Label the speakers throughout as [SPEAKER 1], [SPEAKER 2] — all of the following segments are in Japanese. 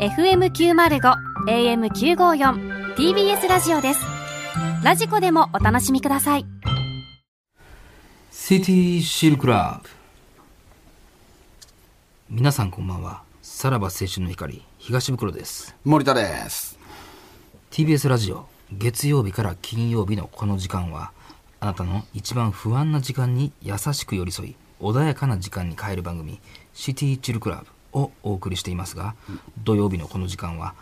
[SPEAKER 1] FM905 AM954 TBS ラジオですラジコでもお楽しみください
[SPEAKER 2] シティシルクラブ皆さんこんばんはさらば青春の光東袋です
[SPEAKER 3] 森田です。
[SPEAKER 2] TBS ラジオ月曜日から金曜日のこの時間はあなたの一番不安な時間に優しく寄り添い穏やかな時間に変える番組「シティチルクラブ」をお送りしていますが土曜日のこの時間は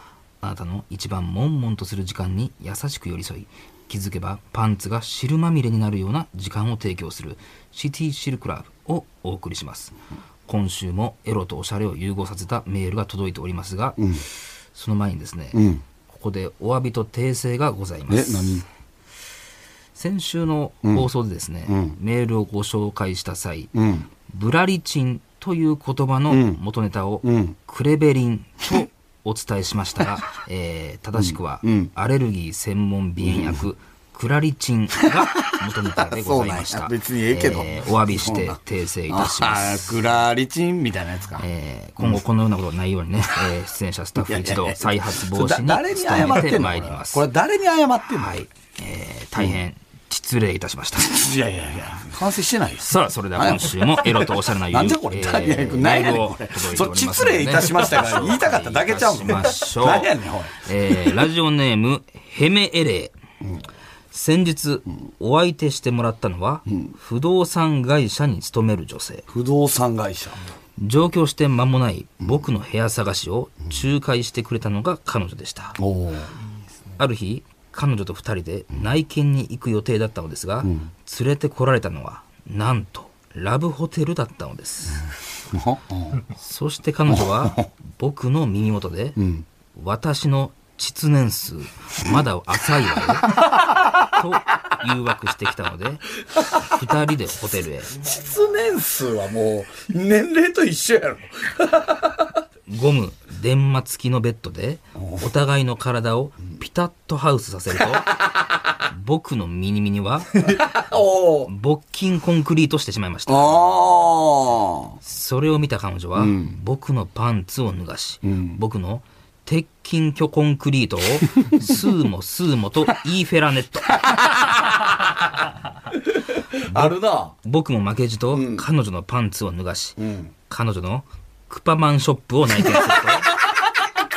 [SPEAKER 2] あなたの一番悶々とする時間に優しく寄り添い気づけばパンツが汁まみれになるような時間を提供する「シティシルクラブ」をお送りします今週もエロとおしゃれを融合させたメールが届いておりますが、その前にですね、
[SPEAKER 3] ん
[SPEAKER 2] ここでお詫びと訂正がございま
[SPEAKER 3] え、
[SPEAKER 2] す。
[SPEAKER 3] 何
[SPEAKER 2] 先週の放送でですね、メールをご紹介した際、ブラリチンという言葉の元ネタを、クレベリンとお伝えしま したが、えー正しくは、アレルギー専門鼻炎薬、クラリチンが元ネタでございまし
[SPEAKER 3] そうな
[SPEAKER 2] た。
[SPEAKER 3] んや別にええけど
[SPEAKER 2] お詫びして訂正いたしま
[SPEAKER 3] あ
[SPEAKER 2] す。
[SPEAKER 3] ー、グラリチンみたいなやつか。
[SPEAKER 2] えー今後このようなことがないようにね、えー出演者スタッフ一同再発防止
[SPEAKER 3] だ誰
[SPEAKER 2] に
[SPEAKER 3] に謝
[SPEAKER 2] 努
[SPEAKER 3] っ
[SPEAKER 2] めて
[SPEAKER 3] てんの
[SPEAKER 2] まいります。
[SPEAKER 3] これ誰に謝ってんの、
[SPEAKER 2] はい、えー大変失礼いたしました。
[SPEAKER 3] いやいやいや、反省してないです。
[SPEAKER 2] さあ、それでは今週もエロとおしゃれな
[SPEAKER 3] なんじゃこれ、
[SPEAKER 2] え
[SPEAKER 3] 何やねんこれ何やねんこれ。そう、失礼いたしましたから言いたかっただけちゃう
[SPEAKER 2] し
[SPEAKER 3] の。
[SPEAKER 2] ましょう。
[SPEAKER 3] 何やねん、おい。
[SPEAKER 2] えーラジオネーム、ヘメエレー。先日、お相手してもらったのは、不動産会社に勤める女性。
[SPEAKER 3] 不動産会社。
[SPEAKER 2] 上京して間もない僕の部屋探しを仲介してくれたのが彼女でした。
[SPEAKER 3] おお。
[SPEAKER 2] ある日彼女と2人で内見に行く予定だったのですが、連れてこられたのはなんとラブホテルだったのです、そして彼女は僕の耳元で、私の実年数まだ浅いわよと誘惑してきたので2人でホテルへ
[SPEAKER 3] 実年数はもう、年齢と一緒やろ。
[SPEAKER 2] ゴム電話付きのベッドでお互いの体をピタッとハウスさせると僕のミニミニは
[SPEAKER 3] おお。
[SPEAKER 2] 勃筋コンクリートしてしまいました
[SPEAKER 3] あ
[SPEAKER 2] それを見た彼女は、僕のパンツを脱がし、僕の鉄筋巨コンクリートをスーモスーモとイーフェラネット
[SPEAKER 3] あ。あるな。
[SPEAKER 2] 僕も負けじと彼女のパンツを脱がし、彼女のクパマンショップを内見する
[SPEAKER 3] ク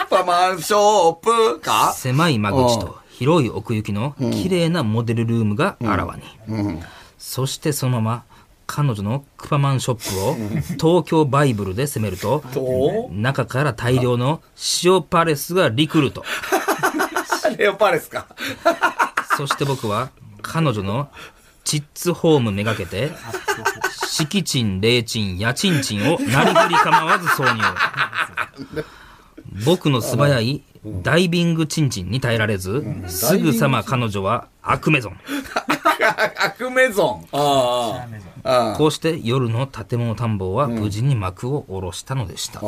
[SPEAKER 3] パマンショップ
[SPEAKER 2] と
[SPEAKER 3] か
[SPEAKER 2] 狭い間口と広い奥行きの綺麗なモデルルームがあらわに、そしてそのまま彼女のクパマンショップを東京バイブルで攻めると
[SPEAKER 3] ど
[SPEAKER 2] 中から大量の塩パレスがリクルート。
[SPEAKER 3] うレオパレスか。
[SPEAKER 2] そして僕は彼女のチッツホームめがけて、敷賃、礼賃、家賃賃をなりふり構わず挿入。僕の素早いダイビングチンチンに耐えられず、すぐさま彼女は悪メゾン。
[SPEAKER 3] アクメゾン。ああ。あ
[SPEAKER 2] こうして夜の建物探訪は無事に幕を下ろしたのでした。
[SPEAKER 3] あ、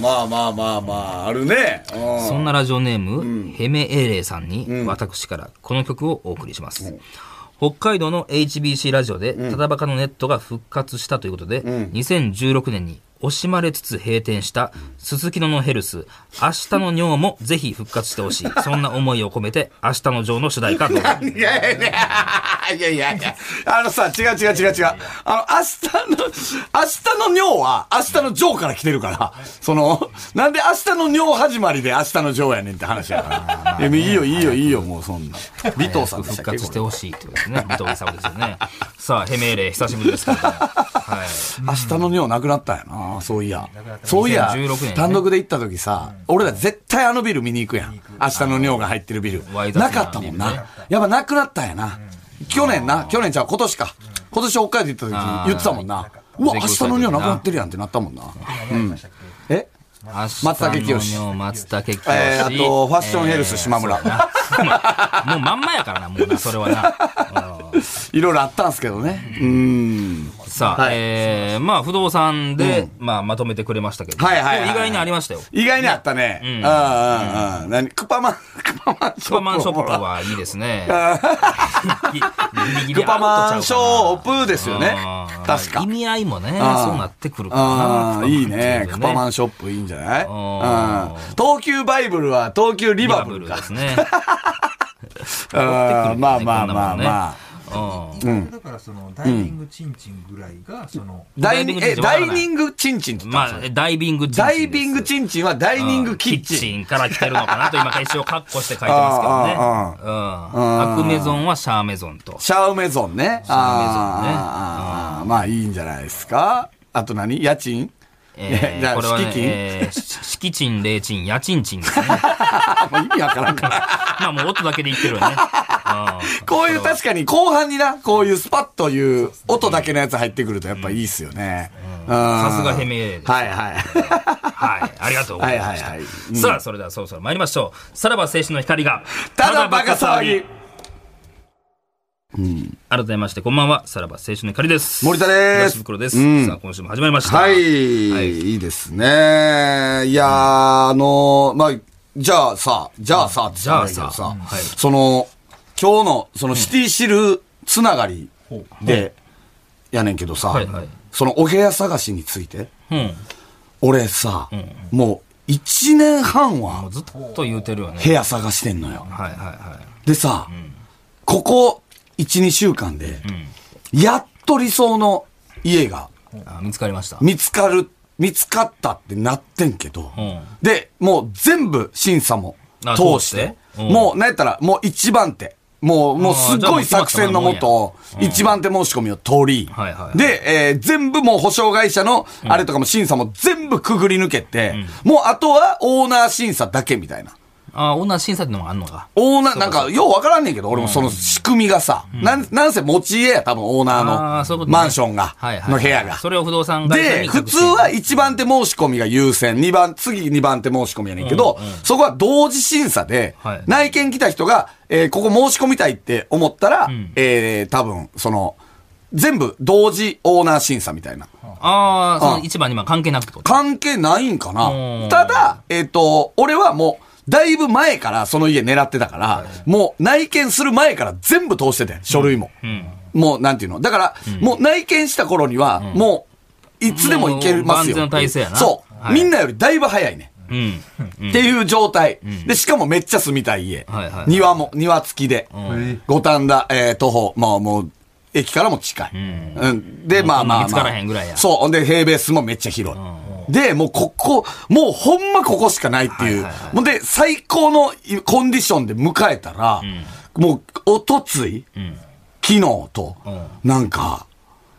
[SPEAKER 3] まあまあまあまあ、あるね。うん
[SPEAKER 2] そんなラジオネーム、ヘメエレイさんに、私からこの曲をお送りします。北海道の HBC ラジオで、ただバカのネットが復活したということで、2016年に惜しまれつつ閉店した、すすきののヘルス、明日の尿もぜひ復活してほし い。そんな思いを込めて、明日のジョーの主題 歌どうぞ。
[SPEAKER 3] いやいやいや、いやいやいや、あのさ、違う違う違う違う。あの、明日の、明日の尿は、明日のジョーから来てるから、その、なんで明日の尿始まりで明日のジョーやねんって話やから。いや、いいよいいよいいよ、もうそんな。尾藤さんで
[SPEAKER 2] 復
[SPEAKER 3] したっけ
[SPEAKER 2] 活して
[SPEAKER 3] こ
[SPEAKER 2] ほしいということです ね。伊藤勲ですよね。さあ、ヘメエレイ、久しぶりですけれども。はい。
[SPEAKER 3] れ明日の尿なくなったんやな、そういや。そういや
[SPEAKER 2] 2016年ね、
[SPEAKER 3] 単独で行った時さ、俺ら絶対あのビル見に行くやん。明日の尿が入ってるビル
[SPEAKER 2] ワイ。ザスな
[SPEAKER 3] なかったもんな。やっぱなくなったんやな。去年な、去年ちゃう、今年か。今年北海道行った時
[SPEAKER 2] あー
[SPEAKER 3] に言ってたもんな。うわ、
[SPEAKER 2] ゼ
[SPEAKER 3] 明
[SPEAKER 2] ク
[SPEAKER 3] 日
[SPEAKER 2] サイ
[SPEAKER 3] の
[SPEAKER 2] ド
[SPEAKER 3] 尿なくなってるやんってなったもんな。うん。え
[SPEAKER 2] 松
[SPEAKER 3] 茸清
[SPEAKER 2] 松茸清。
[SPEAKER 3] えーあとファッションヘルス島村
[SPEAKER 2] そうやなもうまんまやからな、もうな、それはな。うん
[SPEAKER 3] いろいろあったんですけどね。うん。
[SPEAKER 2] さあ、
[SPEAKER 3] はい
[SPEAKER 2] えー、まあ、不動産で、まあ、まとめてくれましたけど、
[SPEAKER 3] はいはいはいは
[SPEAKER 2] で
[SPEAKER 3] い
[SPEAKER 2] も意外にありましたよ。
[SPEAKER 3] 意外にあったね。うんうんうん。何クパマン、クパマンシ
[SPEAKER 2] ク
[SPEAKER 3] ョップ。
[SPEAKER 2] パマンショップはいいですね。
[SPEAKER 3] クパマンショップですよね
[SPEAKER 2] あー。
[SPEAKER 3] 確か
[SPEAKER 2] 意。味合いもね、そう
[SPEAKER 3] あー
[SPEAKER 2] なってくるか
[SPEAKER 3] あ
[SPEAKER 2] な。
[SPEAKER 3] あ、いいね。クパマ
[SPEAKER 2] ン
[SPEAKER 3] ンショップいいんじゃない
[SPEAKER 2] あ
[SPEAKER 3] うん。東急バイブルは東急リ
[SPEAKER 2] リバ
[SPEAKER 3] バ
[SPEAKER 2] ブ
[SPEAKER 3] ブ
[SPEAKER 2] ル
[SPEAKER 3] ル
[SPEAKER 2] で
[SPEAKER 3] か。
[SPEAKER 2] すね。
[SPEAKER 3] うんまあまあまあまあ。
[SPEAKER 2] あ。うん
[SPEAKER 4] だからそのダイビングチンチンぐらいがその、
[SPEAKER 3] ダイニング、
[SPEAKER 2] ダイニングチン
[SPEAKER 3] え、
[SPEAKER 2] チンわからない
[SPEAKER 3] ダイニングチンチンって言ったん
[SPEAKER 2] ま
[SPEAKER 3] ですよ
[SPEAKER 2] あ、ダイビングチンチン
[SPEAKER 3] ダ
[SPEAKER 2] です。
[SPEAKER 3] イビングチンチンはダイ
[SPEAKER 2] ダ
[SPEAKER 3] ニングキッ
[SPEAKER 2] キッ
[SPEAKER 3] チン。
[SPEAKER 2] チンから来てるのかなと今一生カッコして書いてますけどね。うん。アクメゾンはシャーメゾンと。
[SPEAKER 3] シャウメゾンね。
[SPEAKER 2] ャウメゾンね
[SPEAKER 3] あーあーあーまあいいんじゃないですか。あと何家賃
[SPEAKER 2] えー
[SPEAKER 3] じゃあ
[SPEAKER 2] これはね
[SPEAKER 3] 敷、金
[SPEAKER 2] えーし敷金、礼金、家賃賃ですね。
[SPEAKER 3] あ、もう意味わからんから。
[SPEAKER 2] まあもう音だけで言ってるよね。うん
[SPEAKER 3] こういう確かに後半にな、こういうスパッという音だけのやつ入ってくるとやっぱいいっすよね。さ
[SPEAKER 2] さすがヘメ ですね
[SPEAKER 3] はいはい。
[SPEAKER 2] はい。ありがとうございました。
[SPEAKER 3] はいはいはい
[SPEAKER 2] さあ、それではそろそろ参りましょう。さらば青春の光が、
[SPEAKER 3] ただバカ騒ぎ。
[SPEAKER 2] 改めまして、こんばんは。さらば青春の光です。
[SPEAKER 3] 森田です
[SPEAKER 2] 東袋です。
[SPEAKER 3] うん
[SPEAKER 2] さあ、今週も始まりました。
[SPEAKER 3] はい、
[SPEAKER 2] はい
[SPEAKER 3] い、いですね。いやー、あのー、まあ、じゃあさ、じゃあさ、って言ったらいいけど
[SPEAKER 2] じゃあさうんはい
[SPEAKER 3] その、今日の、そのシティシルつながりで、やねんけどさ、
[SPEAKER 2] はいはい
[SPEAKER 3] そのお部屋探しについて、
[SPEAKER 2] うん。
[SPEAKER 3] 俺さ、もう1年半
[SPEAKER 2] も
[SPEAKER 3] は
[SPEAKER 2] うずっと言うてるよね。
[SPEAKER 3] 部屋探してんのよ。
[SPEAKER 2] はいはいは
[SPEAKER 3] でさ、ここ1、2週間で、
[SPEAKER 2] い。うん。
[SPEAKER 3] やっと理想の家が、
[SPEAKER 2] あ見つかりました。
[SPEAKER 3] 見つかる、見つかったってなってんけど、
[SPEAKER 2] うん
[SPEAKER 3] で、もう全部審査も
[SPEAKER 2] あ
[SPEAKER 3] 通し
[SPEAKER 2] 通して
[SPEAKER 3] て、
[SPEAKER 2] うん
[SPEAKER 3] もうなんやったらもう一番手。もう、もう
[SPEAKER 2] あ
[SPEAKER 3] す
[SPEAKER 2] ー
[SPEAKER 3] っ
[SPEAKER 2] じゃあも
[SPEAKER 3] ご
[SPEAKER 2] う
[SPEAKER 3] い作戦のもと、一番手申し込みを取り
[SPEAKER 2] はいはいは、い
[SPEAKER 3] で、えー全部もう保証会社のあれとかも審査も全部くぐり抜けて、もうあとはオーナー審査だけみたいな。
[SPEAKER 2] あ、女審査ってのもあんのか。
[SPEAKER 3] オーナー、なんか、ようわからんねんけど、俺もその仕組みがさ、なん、なんせ持ち家や、多分オーナ
[SPEAKER 2] あー
[SPEAKER 3] ー
[SPEAKER 2] そういうこ
[SPEAKER 3] の、
[SPEAKER 2] とね
[SPEAKER 3] マンションが
[SPEAKER 2] はい、はい。
[SPEAKER 3] の部屋が。
[SPEAKER 2] それを不動産会社
[SPEAKER 3] で、
[SPEAKER 2] に
[SPEAKER 3] 普通は一番手申し込みが優先、二番、次二番手申し込みやねんけど、そこは同時審査で、
[SPEAKER 2] はい
[SPEAKER 3] 内見来た人が、えーここ申し込みたいって思ったら、えー多分、その、全部同時オーナー審査みたいな。
[SPEAKER 2] ああ、その
[SPEAKER 3] うん
[SPEAKER 2] 一番二番関係なくってこと。
[SPEAKER 3] 関係ないんか
[SPEAKER 2] う
[SPEAKER 3] なんただ、えっ、と、俺はもう、だいぶ前からその家狙ってたから、もう内見する前から全部通してて、書類も。
[SPEAKER 2] うん。
[SPEAKER 3] もう、なんていうのだから、もう内見した頃には、もう、いつでも行けます
[SPEAKER 2] もう万全
[SPEAKER 3] よ。
[SPEAKER 2] の体制やな
[SPEAKER 3] そう、
[SPEAKER 2] はい
[SPEAKER 3] みんなよりだいぶ早いね。
[SPEAKER 2] うん。
[SPEAKER 3] っていう状態、で、しかもめっちゃ住みたい家。
[SPEAKER 2] はいはいはい
[SPEAKER 3] 庭も、庭付きで。
[SPEAKER 4] ん
[SPEAKER 3] 五反田、えー徒歩、まあもう、駅からも近い。うん。で、まあまあまあ。
[SPEAKER 2] 見つからへんぐらいや
[SPEAKER 3] そう。ほんで、平米数もめっちゃ広い。で、もうここ、もうほんまここしかないっていう。
[SPEAKER 2] はいはいはい
[SPEAKER 3] もうで、最高のコンディションで迎えたら、もう、おとつい、昨日と、
[SPEAKER 2] う
[SPEAKER 3] なんか、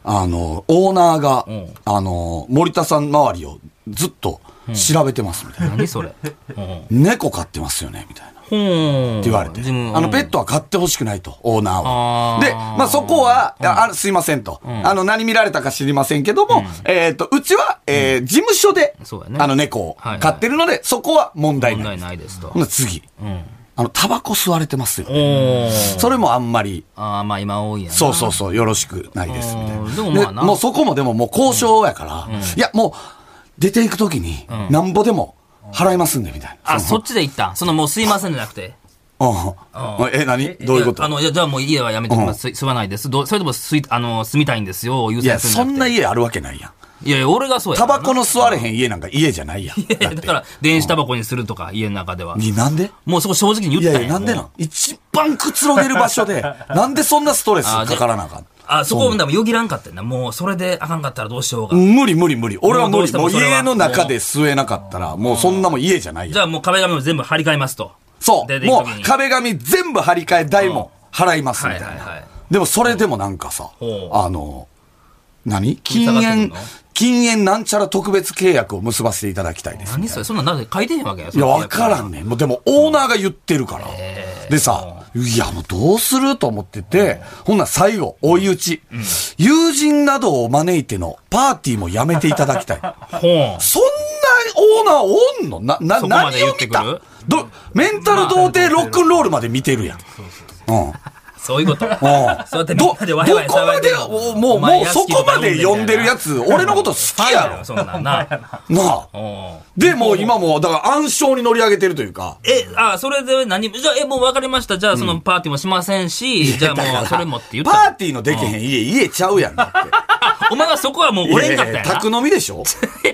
[SPEAKER 3] あの、オーナーが、
[SPEAKER 2] ん
[SPEAKER 3] あの、森田さん周りをずっと調べてますみたいな。
[SPEAKER 2] 何それ。うん。
[SPEAKER 3] 猫飼ってますよねみたいな。っ
[SPEAKER 2] ほーん。って
[SPEAKER 3] 言われて。
[SPEAKER 2] 自分
[SPEAKER 3] あの、ペットは飼ってほしくないと、オーナーは
[SPEAKER 2] あ。ー
[SPEAKER 3] で、まあ、そこは、ああすいませんと、あの、何見られたか知りませんけども、えっ、と、うちは、えー事務所で、
[SPEAKER 2] そうやね
[SPEAKER 3] あの、猫を
[SPEAKER 2] はいはい
[SPEAKER 3] 飼ってるので、そこは問題
[SPEAKER 2] 問
[SPEAKER 3] ない。
[SPEAKER 2] 題ないですと
[SPEAKER 3] ほ。な次。
[SPEAKER 2] うん。
[SPEAKER 3] あの、タバコ吸われてますよ、
[SPEAKER 2] おー。
[SPEAKER 3] それもあんまり、
[SPEAKER 2] ああ、まあ今多いやな。
[SPEAKER 3] そうそうそう、よろしくないです、みたい
[SPEAKER 2] うん
[SPEAKER 3] な。
[SPEAKER 2] でもまあな
[SPEAKER 3] もうそこもでももう交渉やから、いや、もう、出ていくときに、なんぼでも払いますんで、みたいな。
[SPEAKER 2] あ、そ
[SPEAKER 3] そ
[SPEAKER 2] っちで行ったんそのもうすいませんじゃなくて。
[SPEAKER 3] のうんえ、何どういうこと
[SPEAKER 2] やあの、いやじゃあもう家はやめて
[SPEAKER 3] うん
[SPEAKER 2] まあす住まないです。どうそれともすい、あの、住みたいんですよ、優
[SPEAKER 3] いや、
[SPEAKER 2] 先す
[SPEAKER 3] そ
[SPEAKER 2] るん
[SPEAKER 3] ん
[SPEAKER 2] じゃな
[SPEAKER 3] な
[SPEAKER 2] くて。
[SPEAKER 3] 家あるわけないやん。
[SPEAKER 2] いやいや、俺がそうや
[SPEAKER 3] タ
[SPEAKER 2] から
[SPEAKER 3] バコの吸われへん家なんか家じゃないやん。
[SPEAKER 2] いやいやだから、電子タバコにするとか、家の中では。
[SPEAKER 3] になんで
[SPEAKER 2] もうそこ正直に言
[SPEAKER 3] い
[SPEAKER 2] った
[SPEAKER 3] や
[SPEAKER 2] んや
[SPEAKER 3] いや、なんでな
[SPEAKER 2] もうん
[SPEAKER 3] 一番くつろげる場所 で、なんでそんなストレスかからなあかん
[SPEAKER 2] あ、そこもでもよぎらんかったよな。もうそれであかんかったらどうしようが。
[SPEAKER 3] 無理無理無理。俺は無理。
[SPEAKER 2] も
[SPEAKER 3] も
[SPEAKER 2] うどう
[SPEAKER 3] う
[SPEAKER 2] してもそれは
[SPEAKER 3] 家の中で吸えなかったら、もうそんなもん家じゃない
[SPEAKER 2] じ
[SPEAKER 3] やん。
[SPEAKER 2] ゃあもう壁紙も全部張り替えますと。
[SPEAKER 3] そ
[SPEAKER 2] 出
[SPEAKER 3] う。
[SPEAKER 2] て行
[SPEAKER 3] も
[SPEAKER 2] く時に
[SPEAKER 3] う壁紙全部張り替え代も払いますみ
[SPEAKER 2] は
[SPEAKER 3] た
[SPEAKER 2] い
[SPEAKER 3] い
[SPEAKER 2] はい
[SPEAKER 3] な。
[SPEAKER 2] はい。
[SPEAKER 3] でもそれでもなんかさ、
[SPEAKER 2] ほう
[SPEAKER 3] あの、何禁
[SPEAKER 2] 下がってくん
[SPEAKER 3] 煙
[SPEAKER 2] の、
[SPEAKER 3] 禁煙なんちゃら特別契約を結ばせていただきたいです。
[SPEAKER 2] 何それそんなんなんで書いてへんわけや。
[SPEAKER 3] いや、わからん
[SPEAKER 2] ね。
[SPEAKER 3] ねん。もうでも、オーナーが言ってるから。でさ、いや、もうどうすると思ってて、ほんなら最後、追い打ち。友人などを招いてのパーティーもやめていただきた い。
[SPEAKER 2] ほん。
[SPEAKER 3] そんなオーナーおんのな、な、
[SPEAKER 2] そこま
[SPEAKER 3] 何
[SPEAKER 2] で言
[SPEAKER 3] を
[SPEAKER 2] って
[SPEAKER 3] 見
[SPEAKER 2] くる
[SPEAKER 3] たどメンタル童貞ロックンロールまで見てるやん。うん。
[SPEAKER 2] そういうこと。そう
[SPEAKER 3] うん
[SPEAKER 2] やってみん
[SPEAKER 3] ど、
[SPEAKER 2] なで
[SPEAKER 3] ど
[SPEAKER 2] ワイワイ
[SPEAKER 3] こま
[SPEAKER 2] 騒いで
[SPEAKER 3] で
[SPEAKER 2] る、
[SPEAKER 3] おもう、
[SPEAKER 2] お前
[SPEAKER 3] もうそこまで呼んでるやつ、俺のこと好
[SPEAKER 2] ファ
[SPEAKER 3] き
[SPEAKER 2] ン
[SPEAKER 3] や
[SPEAKER 2] や
[SPEAKER 3] ろ
[SPEAKER 2] ろ、。そんなん な。
[SPEAKER 3] なあ。
[SPEAKER 2] うん
[SPEAKER 3] で、もう今もう、だから暗礁に乗り上げてるというか。
[SPEAKER 2] え、あ、それで何じゃあ、え、もう分かりました。じゃあ、そのパーティーもしませんし、じゃあ
[SPEAKER 3] だか
[SPEAKER 2] もう、
[SPEAKER 3] ら
[SPEAKER 2] それもって言った。
[SPEAKER 3] パーティーのできへん家、家ちゃうやん。だって
[SPEAKER 2] お前はそこは もう折れんかったや
[SPEAKER 3] いやいや
[SPEAKER 2] な
[SPEAKER 3] 宅。飲みで しょ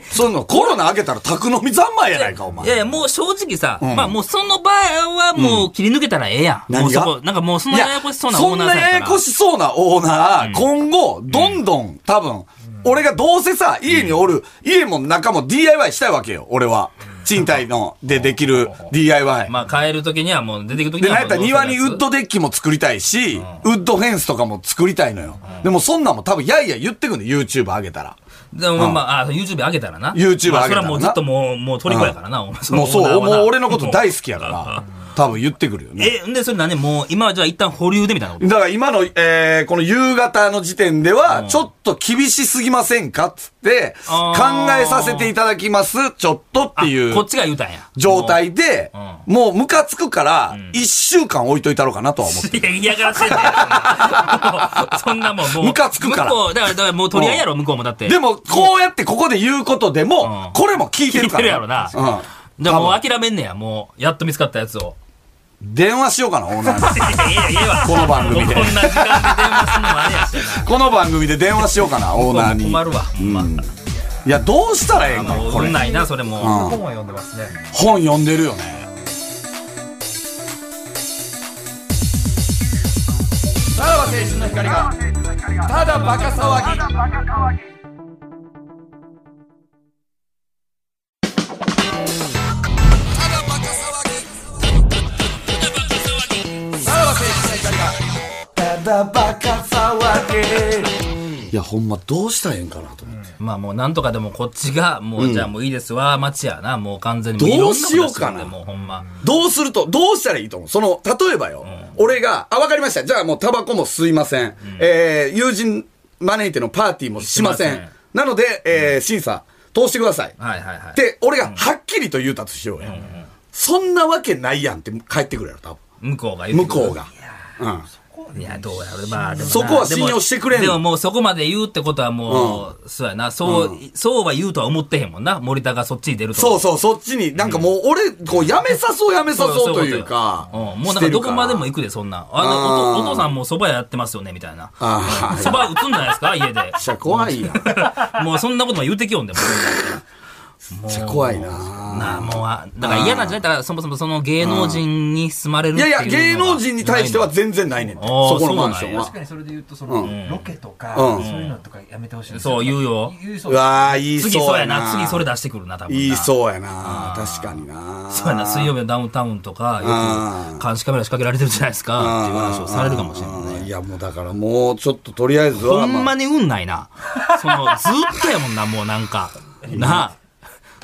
[SPEAKER 3] そのコロナ開けたら宅飲み三昧やないか、お前。
[SPEAKER 2] いやいや、もう正直さ、
[SPEAKER 3] ん
[SPEAKER 2] まあもうその場合はもう切り抜けたらええやん。
[SPEAKER 3] 何
[SPEAKER 2] もうそ
[SPEAKER 3] が
[SPEAKER 2] こ、なんかもうその
[SPEAKER 3] い
[SPEAKER 2] ややこしそうなオーナー
[SPEAKER 3] そ
[SPEAKER 2] さ
[SPEAKER 3] ん
[SPEAKER 2] ん
[SPEAKER 3] なや
[SPEAKER 2] や
[SPEAKER 3] や
[SPEAKER 2] か
[SPEAKER 3] こ
[SPEAKER 2] ら。
[SPEAKER 3] しそうなオーナー、今後、どんどん、多分、俺がどうせさ、家におる、家も中も DIY したいわけよ、俺は。賃貸の、でできる DIY。
[SPEAKER 2] まあ帰る時にはもう出てくる時
[SPEAKER 3] で、
[SPEAKER 2] には
[SPEAKER 3] なん
[SPEAKER 2] も
[SPEAKER 3] や
[SPEAKER 2] う
[SPEAKER 3] ったら庭にウッドデッキも作りたいし、ウッドフェンスとかも作りたいのよ。でもそんなんも多分、やいや言ってくんの、YouTube 上げたら。
[SPEAKER 2] でもまあ、あ YouTube 上げたらな。
[SPEAKER 3] YouTube
[SPEAKER 2] まあ
[SPEAKER 3] 上げ
[SPEAKER 2] それは
[SPEAKER 3] たらな
[SPEAKER 2] もうずっともう、もう虜やからな、お前オ
[SPEAKER 3] もう
[SPEAKER 2] ーナ
[SPEAKER 3] そ
[SPEAKER 2] ー
[SPEAKER 3] う、
[SPEAKER 2] は
[SPEAKER 3] も
[SPEAKER 2] な
[SPEAKER 3] う俺のこと大好きやから、多分言ってくるよね。
[SPEAKER 2] え、んで、それ何もう、今はじゃあ一旦保留でみたいなこと。
[SPEAKER 3] だから今の、えーこの夕方の時点では、ちょっと厳しすぎませんかっつって、考
[SPEAKER 2] あー
[SPEAKER 3] えさせていただきます、ちょっとってい
[SPEAKER 2] あこっ
[SPEAKER 3] う
[SPEAKER 2] ちが言うたんや。
[SPEAKER 3] 状態で、もうムカつくから、一週間置いといたろうかなとは思ってる。
[SPEAKER 2] いや、嫌がらせやでそんなもん、もう。
[SPEAKER 3] ムカつくから
[SPEAKER 2] 向こう、だから、だからもう取り合いやろ、向こうもだって。
[SPEAKER 3] でも、こうやってここで言うことで
[SPEAKER 2] う
[SPEAKER 3] も
[SPEAKER 2] ん、
[SPEAKER 3] これも聞いて
[SPEAKER 2] 聞
[SPEAKER 3] る
[SPEAKER 2] い
[SPEAKER 3] から。
[SPEAKER 2] てるやろな。
[SPEAKER 3] うん。
[SPEAKER 2] じゃあも
[SPEAKER 3] 多
[SPEAKER 2] う諦めんねや、もう。やっと見つかったやつを。
[SPEAKER 3] 分電話しようかな、オーナー
[SPEAKER 2] い
[SPEAKER 3] に。
[SPEAKER 2] やいや、いやわ。
[SPEAKER 3] この番
[SPEAKER 2] こんな
[SPEAKER 3] 組
[SPEAKER 2] 時間で
[SPEAKER 3] で
[SPEAKER 2] 電。話すんのもあれやし
[SPEAKER 3] この番組で電話しようかな、オーナー
[SPEAKER 2] な。
[SPEAKER 3] に。
[SPEAKER 2] 困るわ、ほんま。
[SPEAKER 3] いや、どうしたらええんか
[SPEAKER 2] もう、
[SPEAKER 3] こ
[SPEAKER 2] 売
[SPEAKER 3] れ
[SPEAKER 2] ん。ないな、それも。
[SPEAKER 4] 本は読んでますね。
[SPEAKER 3] 本読んでるよね。さらば青春の光が、ただバカ騒ぎ。いやほんまどうしたらええんかなと思って、
[SPEAKER 2] まあもう、なんとかでもこっちが、もう、じゃあもういいですわ、街やな、もう完全に。も
[SPEAKER 3] どうしようかない
[SPEAKER 2] ろんことしてるんでもうほんま。
[SPEAKER 3] どうするとどうしたらいいと思うその例えばよ、俺があわかりましたじゃあもうタバコも吸いません、えー友人招いてのパーティーもしません
[SPEAKER 2] しません
[SPEAKER 3] なので、えー審査通してください、
[SPEAKER 2] はいはいはい。
[SPEAKER 3] で俺がはっきりと言うたとしようや、そんなわけないやんって帰ってくるやろ多分
[SPEAKER 2] 向こうが言
[SPEAKER 3] 向
[SPEAKER 2] ってくる
[SPEAKER 3] こうが。うん
[SPEAKER 2] いや、どうやろう。まあ、でもな
[SPEAKER 3] そこは信用してくれんの
[SPEAKER 2] でもでももうそこまで言うってことはもう、そうやな。そう、そうは言うとは思ってへんもんな。森田がそっちに出ると。
[SPEAKER 3] そうそう、そっちに、なんかもう俺、こう、やめさそうやめさそうというか、
[SPEAKER 2] そうんもうなんかどこまでも
[SPEAKER 3] い
[SPEAKER 2] 行くで、そんな。あの、お
[SPEAKER 3] あー
[SPEAKER 2] 父お父さんも蕎麦屋やってますよね、みたいな。
[SPEAKER 3] あ
[SPEAKER 2] 蕎麦打つんじゃないですか、家で。
[SPEAKER 3] あ、怖いや ん。めっ
[SPEAKER 2] もうそんなことも言うてきよんで、も
[SPEAKER 3] ちゃ怖い
[SPEAKER 2] う。
[SPEAKER 3] な
[SPEAKER 2] なあ、もうあ、だから嫌なんじゃないだからそもそもその芸能人に住まれるっ
[SPEAKER 3] い
[SPEAKER 2] てい
[SPEAKER 3] や
[SPEAKER 2] う
[SPEAKER 3] い
[SPEAKER 2] のが
[SPEAKER 3] や、芸能人に対しては全然ないねんて
[SPEAKER 2] あー
[SPEAKER 3] そこのマンション
[SPEAKER 2] そ
[SPEAKER 3] は
[SPEAKER 4] 確。かにそれで言うと、その、ロケとか、
[SPEAKER 3] うん
[SPEAKER 4] そういうのとかやめてほしいんです
[SPEAKER 2] そう言うよ
[SPEAKER 4] 言うそう
[SPEAKER 3] わあ、言い
[SPEAKER 2] 次
[SPEAKER 3] そ
[SPEAKER 2] そうう
[SPEAKER 3] や
[SPEAKER 2] や
[SPEAKER 3] な。
[SPEAKER 2] な、次それ。出してくるな、多分な。
[SPEAKER 3] 言いそうやな。確かにな。
[SPEAKER 2] そうやな、水曜日のダウンタウンとか、よく監視カメラ仕掛けられてるじゃないですか、っていう話をされるかもしれない
[SPEAKER 3] い
[SPEAKER 2] ね。
[SPEAKER 3] や、もうだからもう、ちょっととりあえず
[SPEAKER 2] ほ
[SPEAKER 3] は、
[SPEAKER 2] ん
[SPEAKER 3] ま
[SPEAKER 2] ま
[SPEAKER 3] あ
[SPEAKER 2] に運ないな。その、ずっとやもんな、もうなんか。なあ。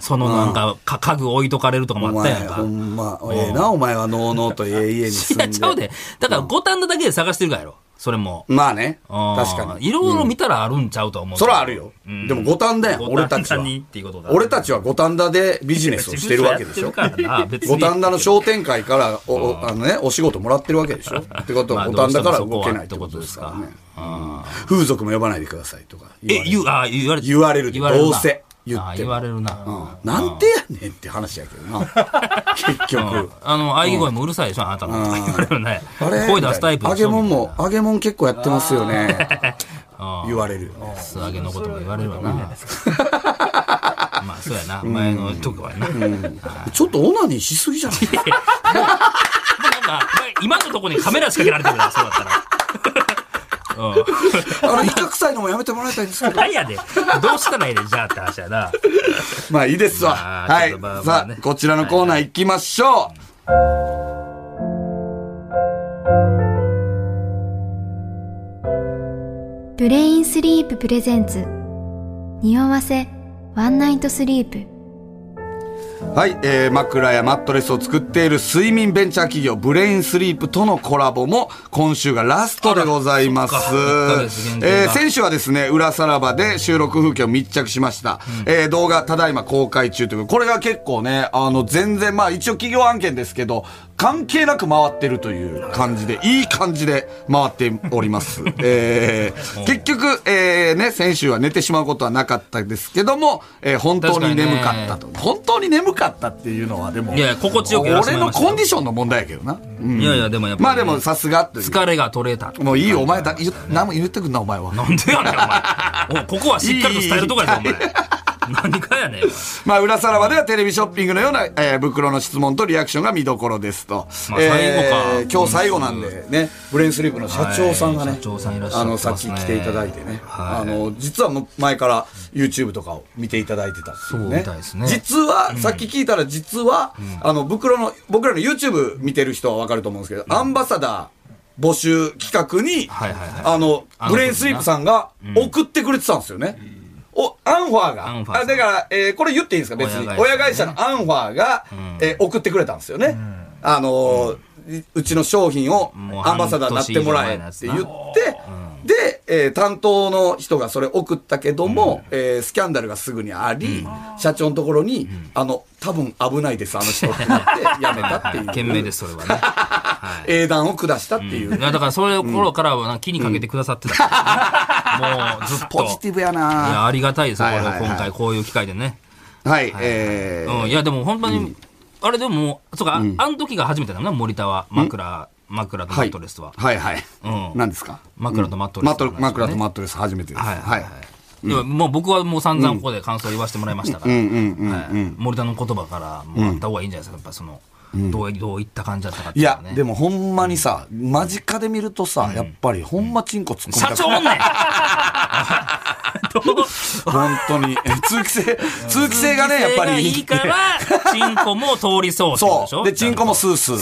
[SPEAKER 2] そのなんか、か家具置いとかれるとか
[SPEAKER 3] お
[SPEAKER 2] もあったや
[SPEAKER 3] 前、
[SPEAKER 2] ん
[SPEAKER 3] ほ
[SPEAKER 2] か。
[SPEAKER 3] んま、ええな、お前は、のうのうとええ家に
[SPEAKER 2] い
[SPEAKER 3] 住
[SPEAKER 2] や、
[SPEAKER 3] んで。
[SPEAKER 2] ちゃうで。だから、五反田だけで探してるからやろ。それも。
[SPEAKER 3] まあね。
[SPEAKER 2] うん
[SPEAKER 3] 確かに。
[SPEAKER 2] いろいろ見たらあるんちゃうとは思う。
[SPEAKER 3] そらあるよ。でも五反田やん、
[SPEAKER 2] 五
[SPEAKER 3] 俺
[SPEAKER 2] 反
[SPEAKER 3] たち
[SPEAKER 2] 田
[SPEAKER 3] は。
[SPEAKER 2] にっていうことだ。
[SPEAKER 3] 俺たちは五反田でビジネスをしてるわけでしょ。
[SPEAKER 2] やってるからな 別に
[SPEAKER 3] 五反田の商店会からおおあの、ね、お仕事もらってるわけ でしょ。ってことは
[SPEAKER 2] まあ
[SPEAKER 3] 五反田から
[SPEAKER 2] どうしてもそこ
[SPEAKER 3] 動
[SPEAKER 2] は
[SPEAKER 3] けないってことですからね
[SPEAKER 2] ってこ。
[SPEAKER 3] うん風俗も呼ばないでくださいとか
[SPEAKER 2] え、
[SPEAKER 3] 言われる
[SPEAKER 2] 言う、あ、言われ
[SPEAKER 3] 言われるで
[SPEAKER 2] 言われるな
[SPEAKER 3] どうせ言っても
[SPEAKER 2] あ言われるな。
[SPEAKER 3] うんなんてやねんって話やけどな。結局。
[SPEAKER 2] あの、喘ぎ声もうるさいでしょ、あなたの。とか言われるね。
[SPEAKER 3] あれ
[SPEAKER 2] 声出すタイプで
[SPEAKER 3] 揚
[SPEAKER 2] し
[SPEAKER 3] げ
[SPEAKER 2] ょ。
[SPEAKER 3] もんも
[SPEAKER 2] み、
[SPEAKER 3] 揚げもん結構やってますよね。
[SPEAKER 2] たいな。 うん
[SPEAKER 3] 言われるよね。
[SPEAKER 2] 素揚げのことも言われるわな。まあ、そうやな。前のとこはな。なんか、
[SPEAKER 3] ちょっとオナニーしすぎじゃない
[SPEAKER 2] 今のとこにカメラ仕掛けられてるから、そうだったら。うん
[SPEAKER 3] あれ、イカ臭いのもやめてもらいたいんですけど。
[SPEAKER 2] 何やで。どうしたらええで、じゃあって話やな。
[SPEAKER 3] まあいいですわ。
[SPEAKER 2] まあ
[SPEAKER 3] はい
[SPEAKER 2] ちょっとま。あまあ
[SPEAKER 3] さ
[SPEAKER 2] ね
[SPEAKER 3] あ、こちらのコーナー行きましょ
[SPEAKER 5] ブレインスリーププレゼンツ匂わせワンナイトスリープ
[SPEAKER 3] う。はい、えー、枕やマットレスを作っている睡眠ベンチャー企業ブレインスリープとのコラボも今週がラストでございます
[SPEAKER 2] あらそっか一ヶ月限。定だ
[SPEAKER 3] えー、先週はですね、裏さらばで収録風景を密着しました。えー、動画ただいま公開中ということでこれが結構ね、あの、全然まあ一応企業案件ですけど、関係なく回ってるという感じで、いい感じで回ってお ります。えー結局、えーね、先週は寝てしまうことはなかったですけども、えー本当に眠かったと。本当に眠かったっていうのは、でも、
[SPEAKER 2] いやいや心地よくやらせて
[SPEAKER 3] 俺
[SPEAKER 2] もらいまし
[SPEAKER 3] の
[SPEAKER 2] た
[SPEAKER 3] コンディションの問題やけどな。うん
[SPEAKER 2] いやいや、でもやっぱり
[SPEAKER 3] まあでも、さすがという。
[SPEAKER 2] 疲れが取れた。
[SPEAKER 3] もういいよ、お前だ、言う何も言ってくんな、お前は。
[SPEAKER 2] なんでやねん、お前。おここはしっかりと伝えるとこやぞ、お前。何かやねん。
[SPEAKER 3] まあ、裏さらばではテレビショッピングのような、えー袋の質問とリアクションが見どころですと。
[SPEAKER 2] まあ最後か
[SPEAKER 3] えー今日最後なんでね、ブレインスリープの社長さんがね、
[SPEAKER 2] はい社長さんいらっしゃ
[SPEAKER 3] あ
[SPEAKER 2] って
[SPEAKER 3] の、
[SPEAKER 2] ます
[SPEAKER 3] さ
[SPEAKER 2] ね
[SPEAKER 3] っき来ていただいてね、
[SPEAKER 2] はい
[SPEAKER 3] あの、実はもう前から YouTube とかを見ていただいてたっていう
[SPEAKER 2] そうみたいですね
[SPEAKER 3] 実は、さっき聞いたら実は、あの、袋の、僕らの YouTube 見てる人はわかると思うんですけど、アンバサダー、募集企画に、
[SPEAKER 2] はいはいはい
[SPEAKER 3] あの
[SPEAKER 2] あ、の
[SPEAKER 3] ブレインスリープさんが送ってくれてたんですよね。お、アンファーが。
[SPEAKER 2] アンファーさん
[SPEAKER 3] あだから、えーこれ言っていいんですか別に。親
[SPEAKER 2] 親
[SPEAKER 3] 会
[SPEAKER 2] 会社
[SPEAKER 3] 社のアンファーが、えー送ってくれたんですよね。あのーうちの商品を
[SPEAKER 2] もう
[SPEAKER 3] アンバサダーになってもらえって言って、で、えー担当の人がそれ送ったけども、えースキャンダルがすぐにあり、社長のところに、あの、多分危ないです、あの人ってなって、やめたっていう。
[SPEAKER 2] 懸命です、それはね。
[SPEAKER 3] 英断を下したっていう。
[SPEAKER 2] いや、だから、それ頃からは、気にかけてくださってたからね。もう、ずっと。
[SPEAKER 3] ポジティブやない
[SPEAKER 2] や、ありがたいですよ、これ
[SPEAKER 3] はいはいはい
[SPEAKER 2] 今回、こういう機会でね。
[SPEAKER 3] はい、えー
[SPEAKER 2] うん、いや、でも、本当に、あれでももう、そうか、あ
[SPEAKER 3] ん
[SPEAKER 2] あの時が初めてだもんな、森田は。枕、枕とマットレスは。
[SPEAKER 3] はいはい。
[SPEAKER 2] うん
[SPEAKER 3] 何ですか
[SPEAKER 2] 枕とマットレス
[SPEAKER 3] マット
[SPEAKER 2] の話ね
[SPEAKER 3] 枕とマットレス初めてです。
[SPEAKER 2] はいはい
[SPEAKER 3] は
[SPEAKER 2] はい。いやもう僕はもう散々ここで感想を言わせてもらいましたから、
[SPEAKER 3] うんうんうん
[SPEAKER 2] はい森田の言葉からもらった方がいいんじゃないですか、やっぱその、どういどういった感じだったかって
[SPEAKER 3] い
[SPEAKER 2] いうの
[SPEAKER 3] や
[SPEAKER 2] は、ね。
[SPEAKER 3] でもほんまにさ、間近で見るとさ、やっぱりほんまチンコ突っ込みた
[SPEAKER 2] 社
[SPEAKER 3] く
[SPEAKER 2] 長おんねんどう
[SPEAKER 3] 本当に。通気性、通気性がね、やっぱり。
[SPEAKER 2] いいから、チンコも通りそうってことで
[SPEAKER 3] そ
[SPEAKER 2] しょ
[SPEAKER 3] う。で、チンコもスース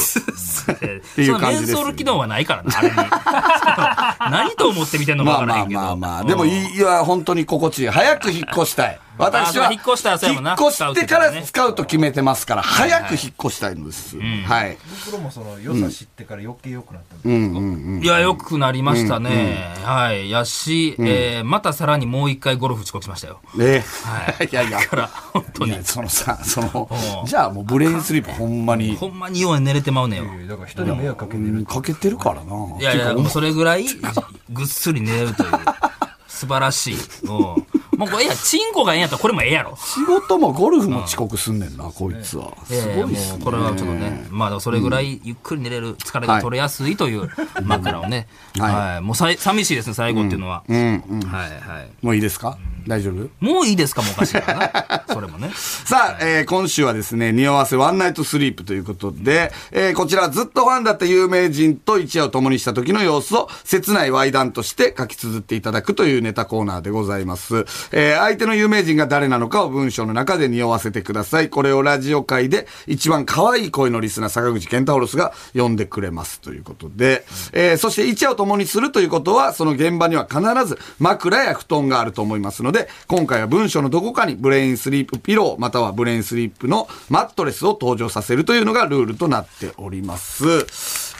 [SPEAKER 3] ー。
[SPEAKER 2] って
[SPEAKER 3] いう感じです
[SPEAKER 2] そのメンソール機能はないからな、あれに そう。何と思って見てんのかわ
[SPEAKER 3] ま
[SPEAKER 2] からへ
[SPEAKER 3] あまあ
[SPEAKER 2] んけど。
[SPEAKER 3] まあまあ。でもいい、いや、本当に心地いい。早く引っ越したい。私は、
[SPEAKER 2] あ引っ越したらそうやもんな
[SPEAKER 3] 引っ越してから
[SPEAKER 2] 使うってことね
[SPEAKER 3] 使うと決めてますから、早く引っ越したいんです。はい。
[SPEAKER 4] 僕らもその良さ知ってから余計良くなったんで
[SPEAKER 3] うんうんうん。
[SPEAKER 2] いや、良くなりましたね。はい。やし、えーまたさらにもう一回ゴルフ遅刻しましたよ。
[SPEAKER 3] ね
[SPEAKER 2] は
[SPEAKER 3] いやいや。
[SPEAKER 2] だから、本当
[SPEAKER 3] い
[SPEAKER 2] に
[SPEAKER 3] や、。そのさ、その
[SPEAKER 2] う、ん
[SPEAKER 3] じゃあもうブレインスリープほんまに
[SPEAKER 2] ほんまによう寝れてまうねんよ。
[SPEAKER 4] だから人に迷惑かけてる
[SPEAKER 3] かけてるからな。
[SPEAKER 2] いやい
[SPEAKER 3] て
[SPEAKER 2] や、
[SPEAKER 3] か
[SPEAKER 2] も うそれぐらいぐっすり寝れるという。素晴らしい。うん。 もうこれ、いや、チンコがええんやったらこれもええやろ。
[SPEAKER 3] 仕事もゴルフも遅刻すんねんな、こいつは。
[SPEAKER 2] え
[SPEAKER 3] す
[SPEAKER 2] え
[SPEAKER 3] ごいっす
[SPEAKER 2] もう
[SPEAKER 3] ね。
[SPEAKER 2] これはちょっとね、まあでもそれぐらいゆっくり寝れる、疲れが取れやすいという枕をね。
[SPEAKER 3] はい
[SPEAKER 2] はい。もうさい寂しいですね、最後っていうのは。
[SPEAKER 3] う
[SPEAKER 2] はい
[SPEAKER 3] ん、うん。
[SPEAKER 2] はい。
[SPEAKER 3] もういいですか大丈夫
[SPEAKER 2] もういいですかもうおかしいからな。それも ね。
[SPEAKER 3] さあ、えー今週はですね、匂わせワンナイトスリープということで、えーこちらずっとファンだった有名人と一夜を共にした時の様子を、切ないワイダンとして書き綴っていただくというネタコーナーでございます。えー相手の有名人が誰なのかを文章の中で匂わせてください。これをラジオ界で一番可愛い声のリスナー、坂口健太郎スが呼んでくれますということで、えーそして一夜を共にするということは、その現場には必ず枕や布団があると思いますので、今回は文章のどこかにブレインスリープピロー、またはブレインスリープのマットレスを登場させるというのがルールとなっております。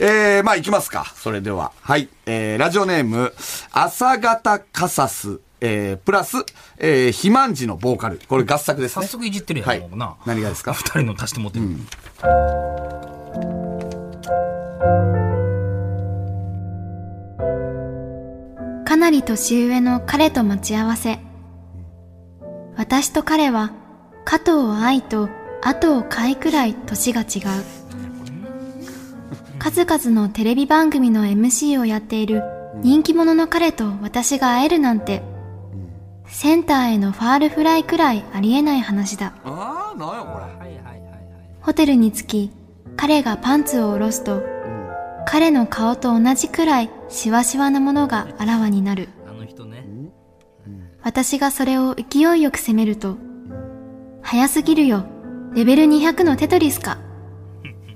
[SPEAKER 3] えー、まあ、いきますか。それでは。はい。えー、ラジオネーム、朝型カサス、えー、プラス、えー、肥満児のボーカル。これ合作です
[SPEAKER 2] 早
[SPEAKER 3] ね。
[SPEAKER 2] 速いじってるやん、
[SPEAKER 3] はい
[SPEAKER 2] もうな。
[SPEAKER 3] 何がで すか
[SPEAKER 2] 二人の足して持ってる。
[SPEAKER 5] かなり年上の彼と待ち合わせ。私と彼は、加藤愛と後を買いくらい年が違う。数々のテレビ番組の MC をやっている人気者の彼と私が会えるなんて、センターへのファールフライくらいありえない話だ。
[SPEAKER 3] あー、なんやこれ。
[SPEAKER 5] ホテルに着き、彼がパンツを下ろすと、彼の顔と同じくらいシワシワなものがあらわになる。
[SPEAKER 2] あの人ね。
[SPEAKER 5] 私がそれを勢いよく攻めると、早すぎるよ、レベル200のテトリスか、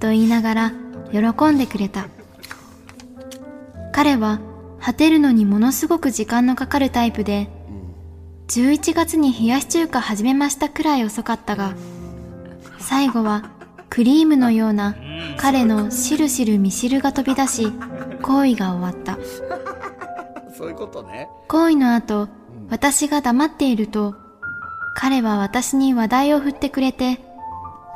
[SPEAKER 5] と言いながら喜んでくれた。彼は果てるのにものすごく時間のかかるタイプで、11月に冷やし中華始めましたくらい遅かったが、最後はクリームのような彼のしるしるみしるが飛び出し、行為が終わった。
[SPEAKER 3] そういうことね。
[SPEAKER 5] 行為の後、私が黙っていると、彼は私に話題を振ってくれて、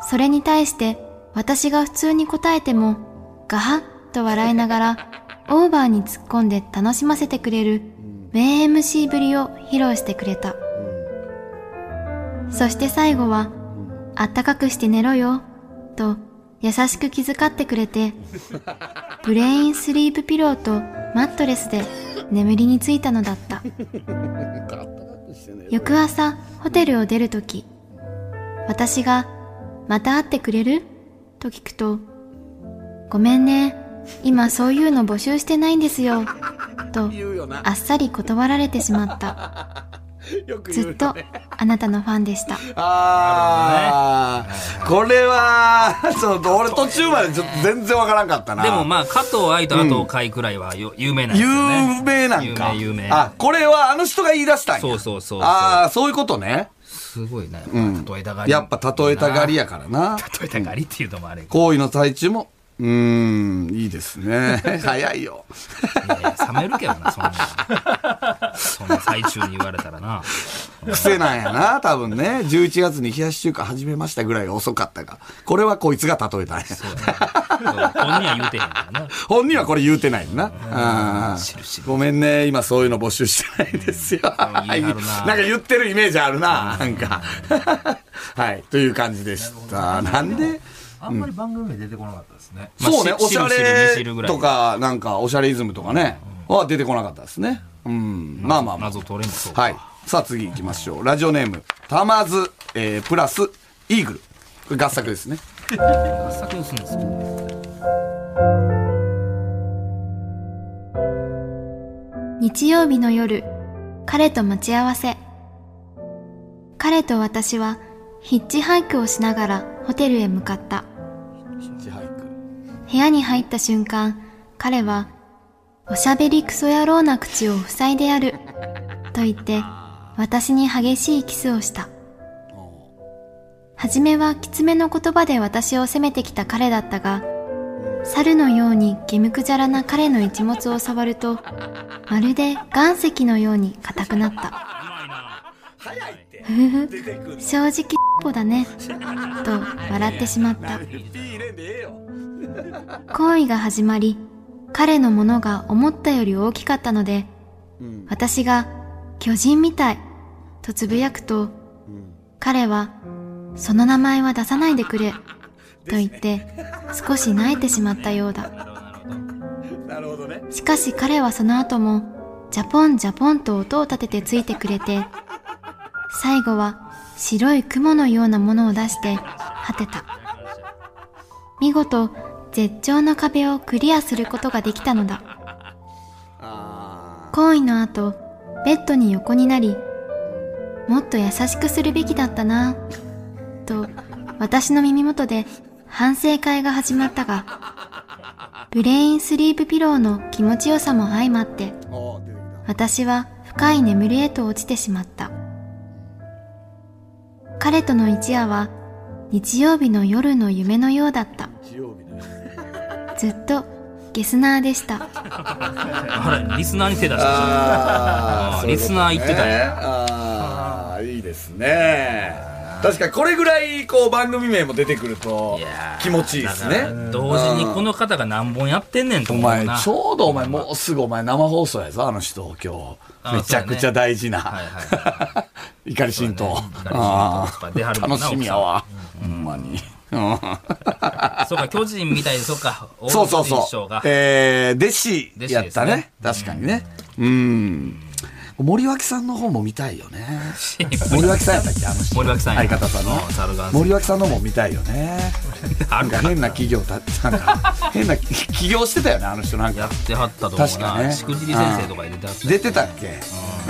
[SPEAKER 5] それに対して私が普通に答えても、ガハッと笑いながら、オーバーに突っ込んで楽しませてくれる、名 MC ぶりを披露してくれた。そして最後は、あったかくして寝ろよ、と優しく気遣ってくれて、ブレインスリープピローとマットレスで眠りについたのだった。翌朝、ホテルを出るとき、私が、また会ってくれると聞くと、ごめんね、今そういうの募集してないんですよ、と、
[SPEAKER 3] 言うよな。
[SPEAKER 5] あっさり断られてしまった。
[SPEAKER 3] よく言う
[SPEAKER 5] ず
[SPEAKER 3] よ
[SPEAKER 5] っと、あなたのファンでした。
[SPEAKER 3] ああ、これは、ちょっと俺途中までちょっと全然わからんかったな。
[SPEAKER 2] でもまあ、加藤愛とあと海くらいはよ有名なんですよね。
[SPEAKER 3] 有名なん
[SPEAKER 2] 有
[SPEAKER 3] か。
[SPEAKER 2] 名、有名。
[SPEAKER 3] あ、これはあの人が言い出したんや。
[SPEAKER 2] そうそうそうそう
[SPEAKER 3] ああ、そういうことね。
[SPEAKER 6] すごいね。
[SPEAKER 2] 例えたがり。
[SPEAKER 3] やっぱ例えたがりやからな。
[SPEAKER 2] 例えたがりっていうのもあれ。い
[SPEAKER 3] 行為の最中も、うーん、いいですね。 早いよ。
[SPEAKER 2] やいや冷めるけどな、そんな。そんな最中に言われたらな。
[SPEAKER 3] 癖なんやな、多分ね。11月に冷やし中華始めましたぐらいが遅かったが。これはこいつが例えたんや。
[SPEAKER 2] そう本人は言うてへんからな。
[SPEAKER 3] 本人はこれ言うてないな。あーごめんね、今そういうの募集してないですよ。
[SPEAKER 2] ん 言い張るな
[SPEAKER 3] な
[SPEAKER 2] ん
[SPEAKER 3] か言ってるイメージあるな、なんか。 はい、という感じでした。なんで、
[SPEAKER 4] あんまり番組名出てこなかったですね。
[SPEAKER 2] まあ
[SPEAKER 3] そうね、
[SPEAKER 2] し
[SPEAKER 3] おしゃ
[SPEAKER 2] しるしるし
[SPEAKER 3] れ
[SPEAKER 2] るぐらい
[SPEAKER 3] とか、なんか、おしゃれイズムとかね、は出てこなかったですね。うん、まあまあまあ。
[SPEAKER 2] 謎取れんそう。
[SPEAKER 3] はい。さあ次行きましょう。ラジオネーム、たまず、えープラス、イーグル。これ合作ですね。
[SPEAKER 2] 作するんですよ
[SPEAKER 5] 日曜日の夜、彼と待ち合わせ。彼と私はヒッチハイクをしながらホテルへ向かった。部屋に入った瞬間、彼は、おしゃべりクソ野郎な口を塞いでやる、と言って、私に激しいキスをした。はじめはきつめの言葉で私を責めてきた彼だったが、猿のようにゲムクジャラな彼の一物を触ると、まるで岩石のように硬くなった。ふふふ、正直っぽだね。と笑ってしまった。行為が始まり、彼のものが思ったより大きかったので、私が巨人みたいとつぶやくと、彼は、その名前は出さないでくれ、と言って、少し泣いてしまったようだ。
[SPEAKER 3] なるほどね。
[SPEAKER 5] しかし彼はその後も、ジャポンジャポンと音を立ててついてくれて、最後は白い雲のようなものを出して果てた。見事、絶頂の壁をクリアすることができたのだ。行為の後、ベッドに横になり、もっと優しくするべきだったな、と、私の耳元で反省会が始まったが、ブレインスリープピローの気持ちよさも相まって、私は深い眠りへと落ちてしまった。彼との一夜は日曜日の夜の夢のようだった。ずっとゲスナーでした。
[SPEAKER 2] あれ、リスナーに手出してた。
[SPEAKER 3] あ
[SPEAKER 2] あーリスナー言ってたんや
[SPEAKER 3] ああ、いいですね。確かにこれぐらい、こう、番組名も出てくると
[SPEAKER 2] いやー
[SPEAKER 3] 気持ちいいです
[SPEAKER 2] だから
[SPEAKER 3] ね。
[SPEAKER 2] 同時にこの方が何本やってんねんと
[SPEAKER 3] お
[SPEAKER 2] 思う
[SPEAKER 3] 前、
[SPEAKER 2] な。
[SPEAKER 3] ちょうどお前、もうすぐお前、生放送やぞ、あの人、今
[SPEAKER 2] あ
[SPEAKER 3] 日。
[SPEAKER 2] ー
[SPEAKER 3] めちゃくちゃ大事な。
[SPEAKER 2] はいはい。
[SPEAKER 3] 怒り浸透。
[SPEAKER 2] 怒り浸透とか出はるもんな
[SPEAKER 3] 楽しみやわ。ほん まに。うん
[SPEAKER 2] そうか、巨人みたいに、そうか、大
[SPEAKER 3] そうそう
[SPEAKER 2] 野
[SPEAKER 3] そ
[SPEAKER 2] 師匠
[SPEAKER 3] う
[SPEAKER 2] が。。
[SPEAKER 3] えー、弟子やったね。
[SPEAKER 2] 弟
[SPEAKER 3] 確かにね。うん。森脇さんの方も見たいよね。 森脇さんやったっけあの人。
[SPEAKER 2] 森脇さんや
[SPEAKER 3] 相方さんの
[SPEAKER 2] うんサルガン。
[SPEAKER 3] 森脇さんのも見たいよね。
[SPEAKER 2] あ
[SPEAKER 3] なん
[SPEAKER 2] る
[SPEAKER 3] か
[SPEAKER 2] か
[SPEAKER 3] 変な企業た、なん か、変な起業してたよね、あの人なん
[SPEAKER 2] や
[SPEAKER 3] か。
[SPEAKER 2] ってはったと思う
[SPEAKER 3] 確かね
[SPEAKER 2] な。しくじり先生とか入れてはった。
[SPEAKER 3] 出てたっけ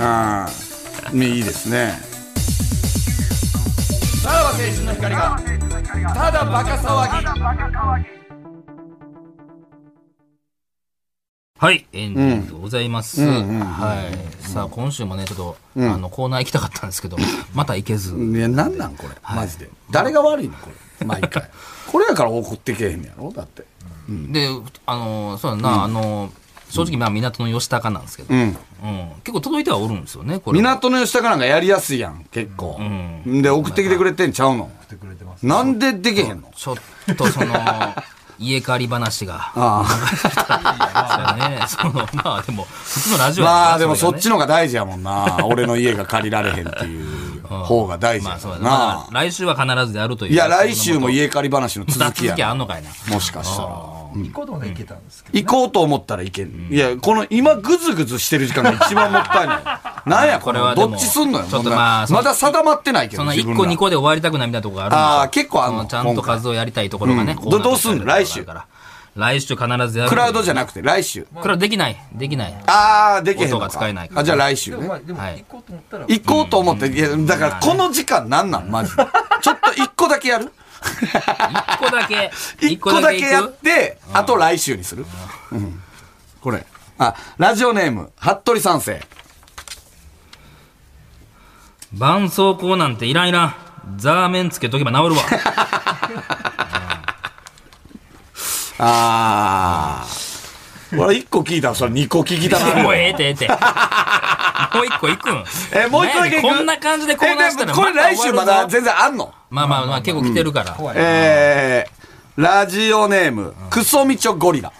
[SPEAKER 3] うん。ねいいですね。さらば青春の光が、ただバカ騒ぎ。
[SPEAKER 2] はい、エンディングでございます。
[SPEAKER 3] うんうん
[SPEAKER 2] はい。さあ、今週もね、ちょっと、あの、コーナー行きたかったんですけど、また行けず。
[SPEAKER 3] いや、なんなんこれ、マジで。誰が悪いのこれ、毎回。これやから怒ってけえへんやろだって。
[SPEAKER 2] で、あの、そうだな、あの、正直、まあ、港の吉高なんですけど、うん
[SPEAKER 3] ん。
[SPEAKER 2] 結構届いてはおるんですよね、これは。
[SPEAKER 3] 港の吉高なんかやりやすいやん、結構。で、送ってきてくれてんちゃうの
[SPEAKER 4] 送ってくれてます。
[SPEAKER 3] なんでできへんの
[SPEAKER 2] ちょっと その、家借り話が。
[SPEAKER 3] あ
[SPEAKER 2] ね、その、まあでも、普通のラ
[SPEAKER 3] あ。
[SPEAKER 2] ジオやから
[SPEAKER 3] まあ、でもそっち
[SPEAKER 2] れ
[SPEAKER 3] のが大事やもんな。俺の家が借りられへんっていう方が大事
[SPEAKER 2] がねまあ
[SPEAKER 3] や
[SPEAKER 2] そう
[SPEAKER 3] も
[SPEAKER 2] だ
[SPEAKER 3] ん
[SPEAKER 2] ねま
[SPEAKER 3] な
[SPEAKER 2] あ。来週は必ずであるという。
[SPEAKER 3] いや、来週も家借り話の続
[SPEAKER 2] 続
[SPEAKER 3] き
[SPEAKER 2] き
[SPEAKER 3] や
[SPEAKER 2] あんの
[SPEAKER 3] な。
[SPEAKER 2] かいな。
[SPEAKER 3] もしかしたら。
[SPEAKER 4] 行こうと思ったら行けたんですけど、
[SPEAKER 3] 行こうと思ったらいけん。いや、この今ぐずぐずしてる時間が一番もった いない。なんや、これ
[SPEAKER 2] これはで
[SPEAKER 3] ど
[SPEAKER 2] も
[SPEAKER 3] っちすんのよ。
[SPEAKER 2] ちょっと
[SPEAKER 3] 問題
[SPEAKER 2] まあその
[SPEAKER 3] まだ定まってないけど、
[SPEAKER 2] その
[SPEAKER 3] 自分
[SPEAKER 2] 1
[SPEAKER 3] ら
[SPEAKER 2] 個2個で終わりたくないみたいなところがあるんですよ
[SPEAKER 3] ああ結構あんの
[SPEAKER 2] そちゃんと
[SPEAKER 3] 今回
[SPEAKER 2] 数をやりたいところがね。
[SPEAKER 3] うん
[SPEAKER 2] こなっ
[SPEAKER 3] どどうすんの来週
[SPEAKER 2] だから来週必ずやる。
[SPEAKER 3] クラウドじゃ
[SPEAKER 2] な
[SPEAKER 3] なくて、来週。
[SPEAKER 2] クラウドできない。できない。
[SPEAKER 3] ああ、できへんの
[SPEAKER 2] 音が使えないから
[SPEAKER 3] あ、じゃあ来週
[SPEAKER 4] でもまあ
[SPEAKER 3] ね。
[SPEAKER 4] でも
[SPEAKER 2] はい
[SPEAKER 4] 行こうと思ったら、
[SPEAKER 3] 行こうと思って、いや、だからこの時間なんなん、マ ジで。ちょっと1個だけやる
[SPEAKER 2] 1個だけ。
[SPEAKER 3] 一個だけや
[SPEAKER 2] 行
[SPEAKER 3] っ
[SPEAKER 2] く
[SPEAKER 3] て、あと来週にする。うん。これ。あ、ラジオネーム、服部三世。
[SPEAKER 2] 絆創膏なんていらんいらん。ザーメンつけとけば治るわ。
[SPEAKER 3] ああ。俺1個聞いたら、それ2個聞きたなる
[SPEAKER 2] もうええってええって。もう一個いくん。
[SPEAKER 3] え、もう一個だけ行く
[SPEAKER 2] こんな感じでコーナーした
[SPEAKER 3] え
[SPEAKER 2] ら
[SPEAKER 3] でもこれ来週
[SPEAKER 2] 終わ
[SPEAKER 3] ま
[SPEAKER 2] るぞ
[SPEAKER 3] だ全然あんの
[SPEAKER 2] まあまあまあ結構来てるから。
[SPEAKER 4] 怖い。
[SPEAKER 3] えー、ラジオネーム、クソミチョゴリラ。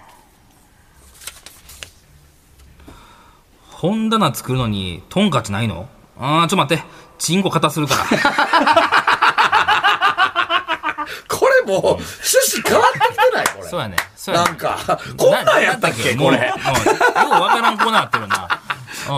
[SPEAKER 2] 本棚作るのにトンカチないのあー、ちょっと待って。チンコ型する から。
[SPEAKER 3] これもう、趣旨変わってきてないこ
[SPEAKER 2] そうやね。そうや
[SPEAKER 3] な
[SPEAKER 2] ね
[SPEAKER 3] ん。か、こんなんやったっけこ
[SPEAKER 2] もう、もう
[SPEAKER 3] れ
[SPEAKER 2] よ。うわからんコーナーやってるな。ん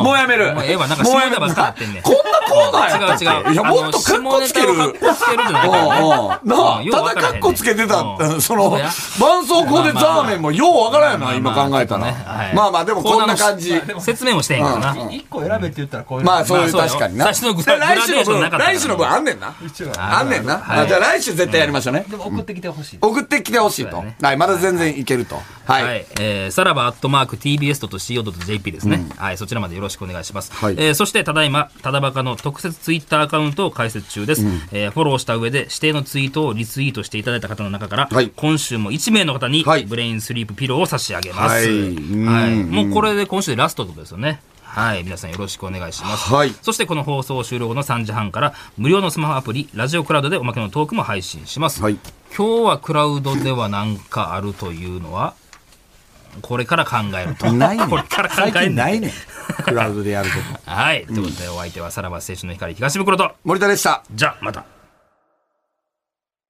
[SPEAKER 3] もうやめる。
[SPEAKER 2] もうええわ、なんか下ネタばっかりやってんねん。
[SPEAKER 3] こんなコーナーやったっけ
[SPEAKER 2] 違う違う。
[SPEAKER 3] いや、
[SPEAKER 2] あの
[SPEAKER 3] もっとカッコつける。
[SPEAKER 2] 下ネタをカッコつけるじゃないからね
[SPEAKER 3] うんうんなあ
[SPEAKER 2] うんよう
[SPEAKER 3] た
[SPEAKER 2] 分
[SPEAKER 3] だ
[SPEAKER 2] からへん
[SPEAKER 3] カ
[SPEAKER 2] ね
[SPEAKER 3] ッコつけてた、
[SPEAKER 2] うん
[SPEAKER 3] その
[SPEAKER 2] そうや
[SPEAKER 3] 絆創膏でザーメンもようわからんよな、今考えたら、
[SPEAKER 2] まあまあまあはい
[SPEAKER 3] まあまあでもこんな感じ、
[SPEAKER 2] 説明もしてへんからな。
[SPEAKER 4] 1個選べって言ったらこういうの
[SPEAKER 3] まあそういう、
[SPEAKER 2] まあそうよ
[SPEAKER 3] 確かにな。
[SPEAKER 2] 最初のグ
[SPEAKER 3] で
[SPEAKER 2] ラ
[SPEAKER 3] 来週
[SPEAKER 2] グラ
[SPEAKER 3] の
[SPEAKER 2] デーションな
[SPEAKER 3] 分
[SPEAKER 2] か、ったから
[SPEAKER 3] 来週の分あんねんな。
[SPEAKER 4] 一応
[SPEAKER 3] あんねんな。
[SPEAKER 2] はい
[SPEAKER 3] あじゃあ来週絶対やりましょうね。
[SPEAKER 4] でも送ってきてほしい。
[SPEAKER 3] 送ってきてほしいと、
[SPEAKER 2] そうやね
[SPEAKER 3] はい、まだ全然いけると。はい。
[SPEAKER 2] はい、えーさらばアットマーク TBS.CO.JP ですね、はい、そちらまでよろしくお願いします、
[SPEAKER 3] はい
[SPEAKER 2] えーそしてただいまただバカの特設ツイッターアカウントを開設中です、えーフォローした上で指定のツイートをリツイートしていただいた方の中から、
[SPEAKER 3] はい
[SPEAKER 2] 今週も1名の方に
[SPEAKER 3] はい
[SPEAKER 2] ブレインスリープピローを差し上げます、
[SPEAKER 3] は
[SPEAKER 2] はいい
[SPEAKER 3] うん
[SPEAKER 2] もうこれで今週でラストってことですよねはい皆さんよろしくお願いします、
[SPEAKER 3] はい
[SPEAKER 2] そしてこの放送終了後の3時半から無料のスマホアプリラジオクラウドでおまけのトークも配信します、
[SPEAKER 3] はい
[SPEAKER 2] 今日はクラウドでは何かあるというのはこれから考えると。
[SPEAKER 3] ないね ん
[SPEAKER 2] これから考え
[SPEAKER 3] 最
[SPEAKER 2] る
[SPEAKER 3] 近ないねん。クラウドでやること。
[SPEAKER 2] はい。ということで、お相手はさらば青春の光東袋と。
[SPEAKER 3] 森田でした。
[SPEAKER 2] じゃあ、また。